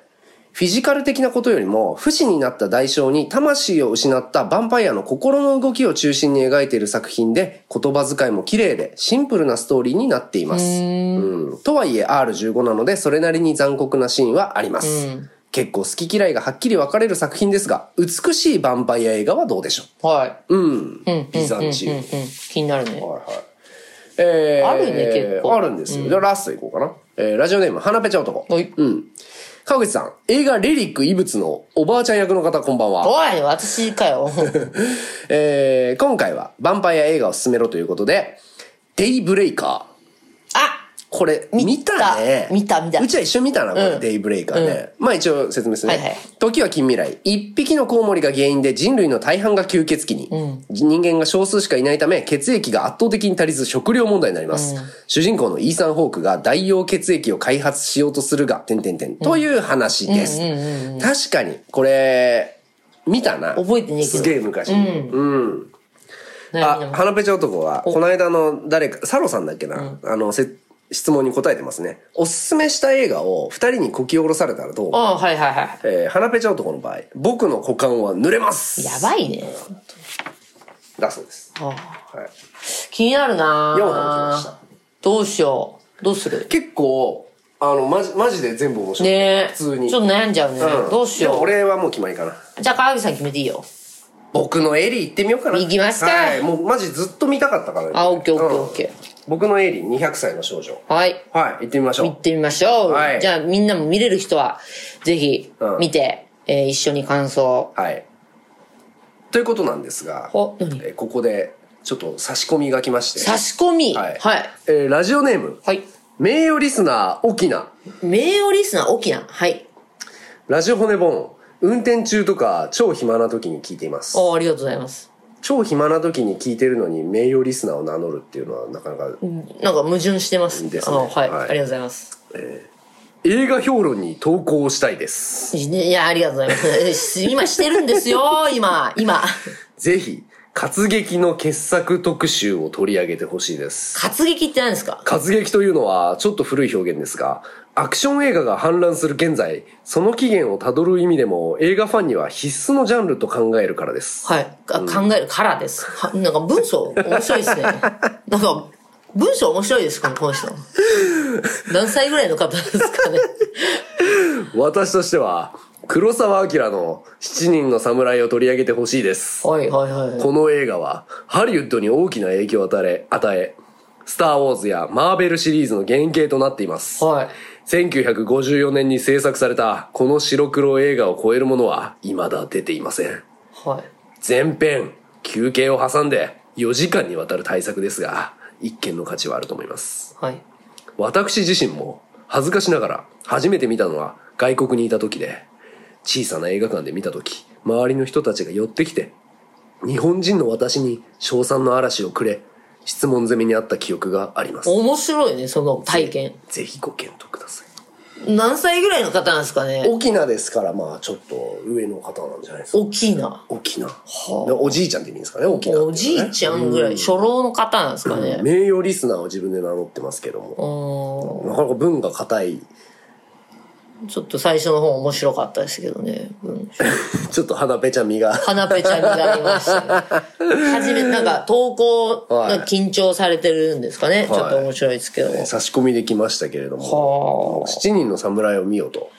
S3: フィジカル的なことよりも、不死になった代償に魂を失ったヴァンパイアの心の動きを中心に描いている作品で、言葉遣いも綺麗で、シンプルなストーリーになっています。うんとはいえ R15 なので、それなりに残酷なシーンはあります。結構好き嫌いがはっきり分かれる作品ですが、美しいヴァンパイア映画はどうでしょう
S2: は
S3: うん
S2: い。。
S3: ビザンチウム。
S2: うん
S3: は
S2: うんうんうん気になるね。
S3: いはい。えー
S2: あるね結構
S3: あるんですよ。じゃあラストいこうかな。えーラジオネーム、花ぺちゃ男。
S2: はい
S3: うん。川口さん、映画レリック異物のおばあちゃん役の方こんばんは。
S2: おい、私かよ。
S3: えー今回はヴァンパイア映画を進めろということで、デイブレイカー。
S2: あ
S3: これ、
S2: 見
S3: 見たね。
S2: 見た見た
S3: うちは一緒に見たな、これ、
S2: うん
S3: デイブレイカーね。まあ一応説明するね。
S2: はいはい
S3: 時は近未来。一匹のコウモリが原因で人類の大半が吸血鬼に。人間が少数しかいないため、血液が圧倒的に足りず食料問題になります。主人公のイーサン・ホークが代用血液を開発しようとするが、てんてんてん。という話です。確かに、これ、見たな。
S2: 覚えてねえけど
S3: すげえ昔。うん
S2: 何
S3: あ、
S2: 々
S3: 花ペチャ男は、この間の誰か、サロさんだっけな、あの、せ質問に答えてますね。おすすめした映画を二人にこき下ろされたらどう
S2: ああ、はいはいは
S3: えー、花ペチャ男の場合、僕の股間は濡れま
S2: い。
S3: す
S2: やばいね。
S3: だそうです。
S2: あ
S3: はい、
S2: 気になるな
S3: 四本来ました
S2: どうしよう。どうする
S3: 結構、ああのマジマジで全部面白い、
S2: ねえ。
S3: 普通に
S2: ちょっと悩んじゃうね。
S3: うん
S2: どうしよ
S3: でも
S2: う。
S3: 俺はもう決まりかな
S2: じゃあ、川口さん決めていいよ。
S3: 僕のエリー行ってみようかな
S2: 行きますか
S3: はいもうマジずっと見たかったからね
S2: あ、オッケーオッケーオッケ
S3: 僕のエリー200歳の少女
S2: ー。はい。
S3: はい行ってみましょ
S2: 行
S3: う
S2: ってみましょう。
S3: はい
S2: じゃあ、みんなも見れる人は、ぜひ
S3: う、ん
S2: 見て、えー一緒に感想。
S3: はいということなんですが
S2: お何
S3: えーここでちょっと差し込みが来まして
S2: 差し込み。は
S3: はい
S2: い。はい。
S3: えーラジオネーム名誉リスナー沖縄
S2: 名誉リスナー、沖縄。はい。
S3: ラジオ骨ボン運転中とか超暇な時に聞いています
S2: おありがとうございます。
S3: 超暇な時に聞いてるのに名誉リスナーを名乗るっていうのはなかなか
S2: なんか矛盾してます。
S3: です
S2: あ
S3: ね
S2: のはい、
S3: はい
S2: ありがとうございます。
S3: 映画評論に投稿したいです
S2: いや、ありがとうございます。 今してるんですよ、今、今。
S3: ぜひ活劇の傑作特集を取り上げてほしいです
S2: 活劇って何ですか
S3: 活劇というのはちょっと古い表現ですがアクション映画が氾濫する現在その起源をたどる意味でも映画ファンには必須のジャンルと考えるからです
S2: はい。あ考えるからです。はなんか文章、面白いですね。なんか、文章面白いですかこの人。何歳ぐらいの方ですかね。
S3: 私としては黒澤明の「七人の侍」を取り上げてほしいです
S2: はいはいはい。
S3: この映画はハリウッドに大きな影響を与え与えスター・ウォーズやマーベルシリーズの原型となっています、
S2: はい。
S3: 1954年に制作されたこの白黒映画を超えるものは未だ出ていません
S2: はい。
S3: 前編休憩を挟んで4時間にわたる大作ですが一見の価値はあると思います
S2: はい。
S3: 私自身も恥ずかしながら初めて見たのは外国にいた時で小さな映画館で見た時周りの人たちが寄ってきて日本人の私に称賛の嵐をくれ質問攻めにあった記憶があります
S2: 面白いね、その体験。
S3: ぜひご検討ください
S2: 何歳ぐらいの方なんですかね
S3: 沖縄ですからまあちょっと上の方なんじゃないですか
S2: 沖縄。
S3: 沖縄、でおじいちゃんでいいんですかね沖縄
S2: おじいちゃんぐらい、初老の方なんですかね。
S3: 名誉リスナーを自分で名乗ってますけども
S2: う
S3: なかなか文が硬い
S2: んちょっと最初の方面白かったですけどね。うん
S3: ちょっと鼻ぺちゃ みが
S2: 花ぺちゃんになりましたね。初 め、なんか投稿、
S3: はい
S2: なんか緊張されてるんですかね。ちょっと面白いですけど。
S3: 差し込みできましたけれども
S2: はあ
S3: 7人の侍を見ようと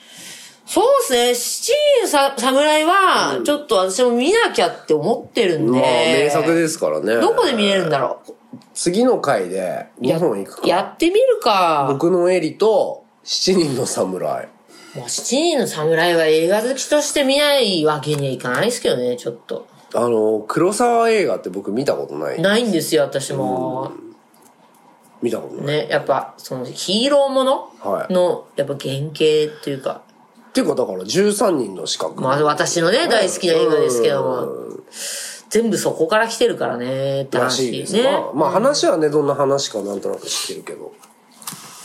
S2: そうですね。七人さ侍は、ちょっと私も見なきゃって思ってるんで。
S3: まあ名作ですから ね
S2: どこで見れるんだろう。
S3: 次の回で日本行くか
S2: やってみるか。
S3: 僕のエリと7人の侍
S2: もう七人の侍は映画好きとして見ないわけにはいかないですけどね、ちょっと。
S3: あの黒沢映画って僕見たことない
S2: ないんですよ、私も。
S3: 見たことない、
S2: ね、やっぱ、そのヒーローもの
S3: はい
S2: の、やっぱ原型っていうか。
S3: っていうかだから13人の資格
S2: まあ、私のね、大好きな映画ですけども、全部そこから来てるからね、って
S3: らしい
S2: 話
S3: です
S2: ね。
S3: まあまあ話はねどんな話かなんとなく知ってるけど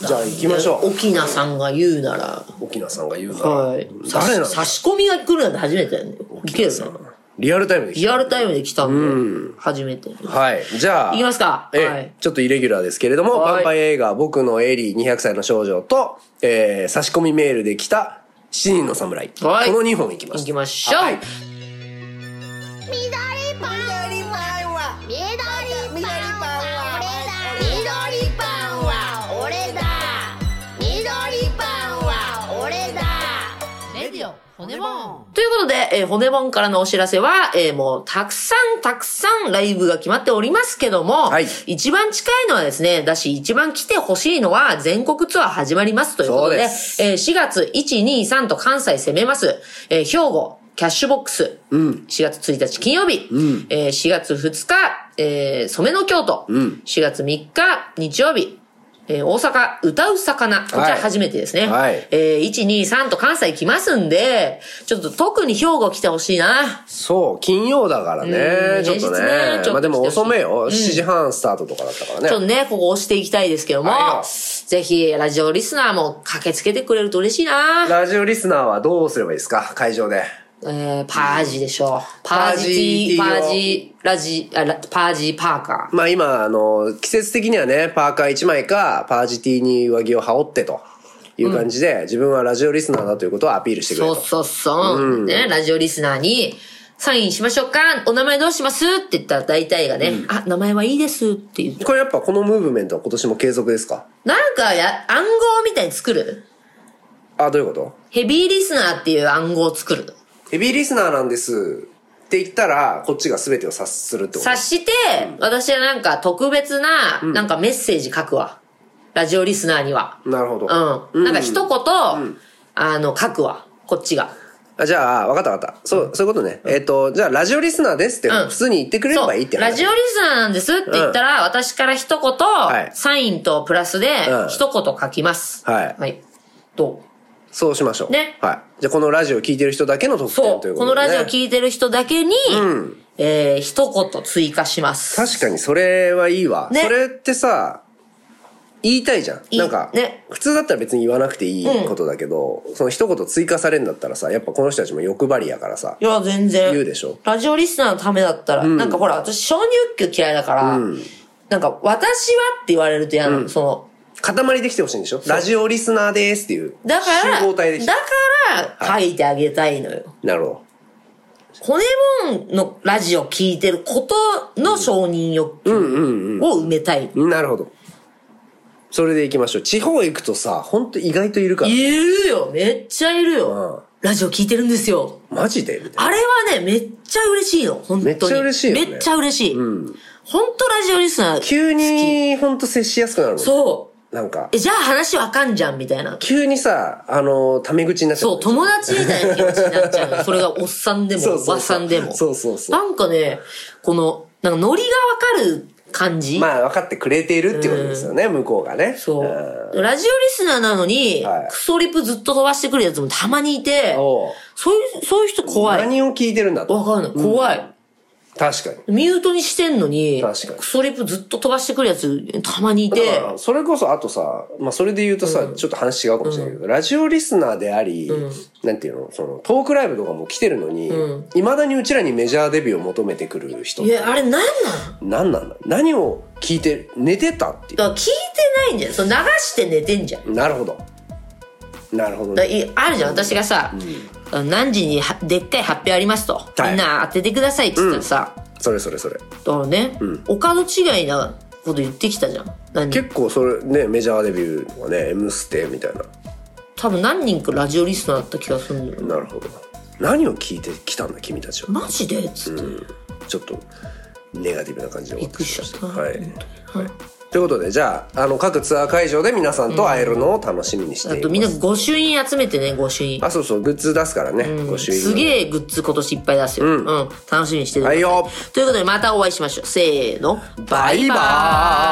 S3: じゃあ行きましょう
S2: 沖縄さんが言うなら、
S3: 沖縄さんが言うなら、
S2: はい。
S3: 誰なの
S2: 差し込みが来るなんて初めてだよね。いけるね。
S3: リアルタイムで
S2: リアルタイムで来たんで、初めて。い
S3: はいじゃあ
S2: きますか。
S3: ええ
S2: はい。
S3: ちょっとイレギュラーですけれども、
S2: はい
S3: ヴァンパイア映画、僕のエリー200歳の少女と、えー、差し込みメールで来た、七人の侍。
S2: はい
S3: この2本いきま
S2: 行
S3: し
S2: き
S3: た。
S2: ましょう。
S3: はい
S6: 緑パンは緑パンは緑パンは俺だ緑パンは俺だ
S4: レディオ骨もん
S2: ということで、えー骨盆からのお知らせは、えーもう、たくさんたくさんライブが決まっておりますけども、
S3: はい
S2: 一番近いのはですね、だし一番来てほしいのは、全国ツアー始まりますということで、
S3: そうです
S2: えー4月1、2、3と関西攻めます。えー兵庫、キャッシュボックス、4月1日金曜日、えー4月2日、えー染めの京都、4月3日日曜日、えー大阪、歌う魚、こちら初めてですね。
S3: はい
S2: えー、1、2、3と関西来ますんで、ちょっと特に兵庫来てほしいな。
S3: そう、金曜だからね
S2: う。ん
S3: ちょっとね。
S2: 平日ねちょっと
S3: まあでも遅めよ。
S2: 来てほしい
S3: 7時半スタートとかだったからね。
S2: ちょっとね、ここ押していきたいですけども
S3: はいよ、
S2: ぜひ、ラジオリスナーも駆けつけてくれると嬉しいな。
S3: ラジオリスナーはどうすればいいですか会場で。
S2: えー、パージでしょう。パージ、
S3: パ
S2: パ
S3: ージ
S2: ージ、ラジ、あラパージパーカー。
S3: まあ今、あの、季節的にはね、パーカー1枚か、パージティーに上着を羽織ってという感じで、自分はラジオリスナーだということをアピールしてくれ
S2: そ
S3: と
S2: う。そうそう。ね、ラジオリスナーに、サインしましょうかお名前どうしますって言ったら大体がね、あ、名前はいいですって言って。
S3: これやっぱこのムーブメントは今年も継続ですか
S2: なんかや、暗号みたいに作る
S3: あ、どういうこと
S2: ヘビーリスナーっていう暗号を作るの。
S3: ヘビーリスナーなんですって言ったら、こっちが全てを察するってこと
S2: 察して、私はなんか特別な、なんかメッセージ書くわ。ラジオリスナーには。
S3: なるほど。
S2: うん。なんか一言、あの、書くわ。こっちが。
S3: あじゃあ、わかったわかった。そう、そういうことね。えっ、と、じゃあ、ラジオリスナーですって、
S2: うん
S3: 普通に言ってくれれ
S2: そう
S3: ばいいって
S2: ラジオリスナーなんですって言ったら、私から一言、
S3: い
S2: サインとプラスで
S3: うん、
S2: 一言書きます。
S3: はい
S2: はい。ど
S3: そうしましょう。
S2: ね
S3: はい。じゃあ、このラジオ聞いてる人だけの
S2: う
S3: 特
S2: そ
S3: 典
S2: う
S3: という
S2: こ
S3: こ
S2: の
S3: とで、ね。
S2: ラジオ聞いてる人だけに、えー、一言追加します。
S3: 確かに、それはいいわ、
S2: ね
S3: それってさ、言いたいじゃん。
S2: いい
S3: なんか、
S2: ね
S3: 普通だったら別に言わなくていいことだけど、その一言追加されるんだったらさ、やっぱこの人たちも欲張りやからさ、
S2: いや、全然。
S3: 言うでしょ
S2: ラジオリスナーのためだったら、なんかほら、私、小乳球嫌いだから、なんか、私はって言われると嫌なの、その、
S3: 塊できてほしいんでしょラジオリスナーですっていう。
S2: だから、
S3: 集合体できて
S2: だから、書いてあげたいのよ。
S3: なるほ
S2: 骨盆のラジオ聞いてることの承認欲求を埋めたい。
S3: ど。なるほど。それで行きましょう。地方行くとさ、ほんと意外といるから。
S2: いるよ、めっちゃいるよ。ラジオ聞いてるんですよ。
S3: マジでみたい
S2: あれはね、めっちゃ嬉しいの、本当に。
S3: めっちゃ嬉しいよね
S2: めっちゃ嬉しい。本当ラジオリスナー。
S3: な。急に、ほんと接しやすくなるもんね
S2: そう。
S3: なんか
S2: え、、じゃあ話わかんじゃん、みたいな。
S3: 急にさ、あの、タメ口になっちゃ
S2: そう、友達みたいな気持ちになっちゃう の。それがおっさんでも、
S3: そう
S2: お
S3: そうそう
S2: ばさんでも。
S3: そうそうそう
S2: なんかね、この、なんかノリがわかる感じ。
S3: まあ、分かってくれているってことですよね、向こうがね。
S2: そう。ラジオリスナーなのに、
S3: はい
S2: クソリプずっと飛ばしてくるやつもたまにいて
S3: ん。、おう
S2: そういう、そういう人怖い。
S3: 何を聞いてるんだ
S2: わ
S3: と。
S2: かんない。怖い。
S3: 確かに。
S2: ミュートにしてんのに、
S3: 確かに
S2: クソリプずっと飛ばしてくるやつたまにい
S3: だ
S2: て、
S3: からそれこそあとさ、まあ、それで言うとさ、ちょっと話違うかもしれないけど、ラジオリスナーであり、なんていうのそのトークライブとかも来てるのにいま、未だにうちらにメジャーデビューを求めてくる人っ
S2: い
S3: て
S2: や、あれなんなん
S3: 何なんだ何を聞いて寝てたってい
S2: だから聞いてないんだよ。その流して寝てんじゃん。
S3: うなるほどなるほど
S2: だ
S3: ね
S2: いあるじゃん私がさ、あの何時にはでっかい発表ありますと、
S3: い
S2: みんな当ててくださいって言ったらさ、
S3: それそれそれ
S2: だからね、お門違いなこと言ってきたじゃん何人
S3: 結構それねメジャーデビューはね「M ステ」みたいな
S2: 多分何人かラジオリスナーだった気がするんだよ
S3: なるほど何を聞いてきたんだ君たちは
S2: マジでっつって、
S3: ちょっとネガティブな感じで終わってしました
S2: びっ
S3: は
S2: く
S3: い、
S2: りし
S3: はい、ということでじゃああの各ツアー会場で皆さんと会えるのを楽しみにしていま
S2: あ
S3: す、
S2: とみんな御朱印集めてね御朱印
S3: あそうそうグッズ出すからね、ご主人
S2: すげえグッズ今年いっぱい出すよ、うん楽しみにしててくださ
S3: はいよ
S2: ということでまたお会いしましょうせーの
S3: バイバーイ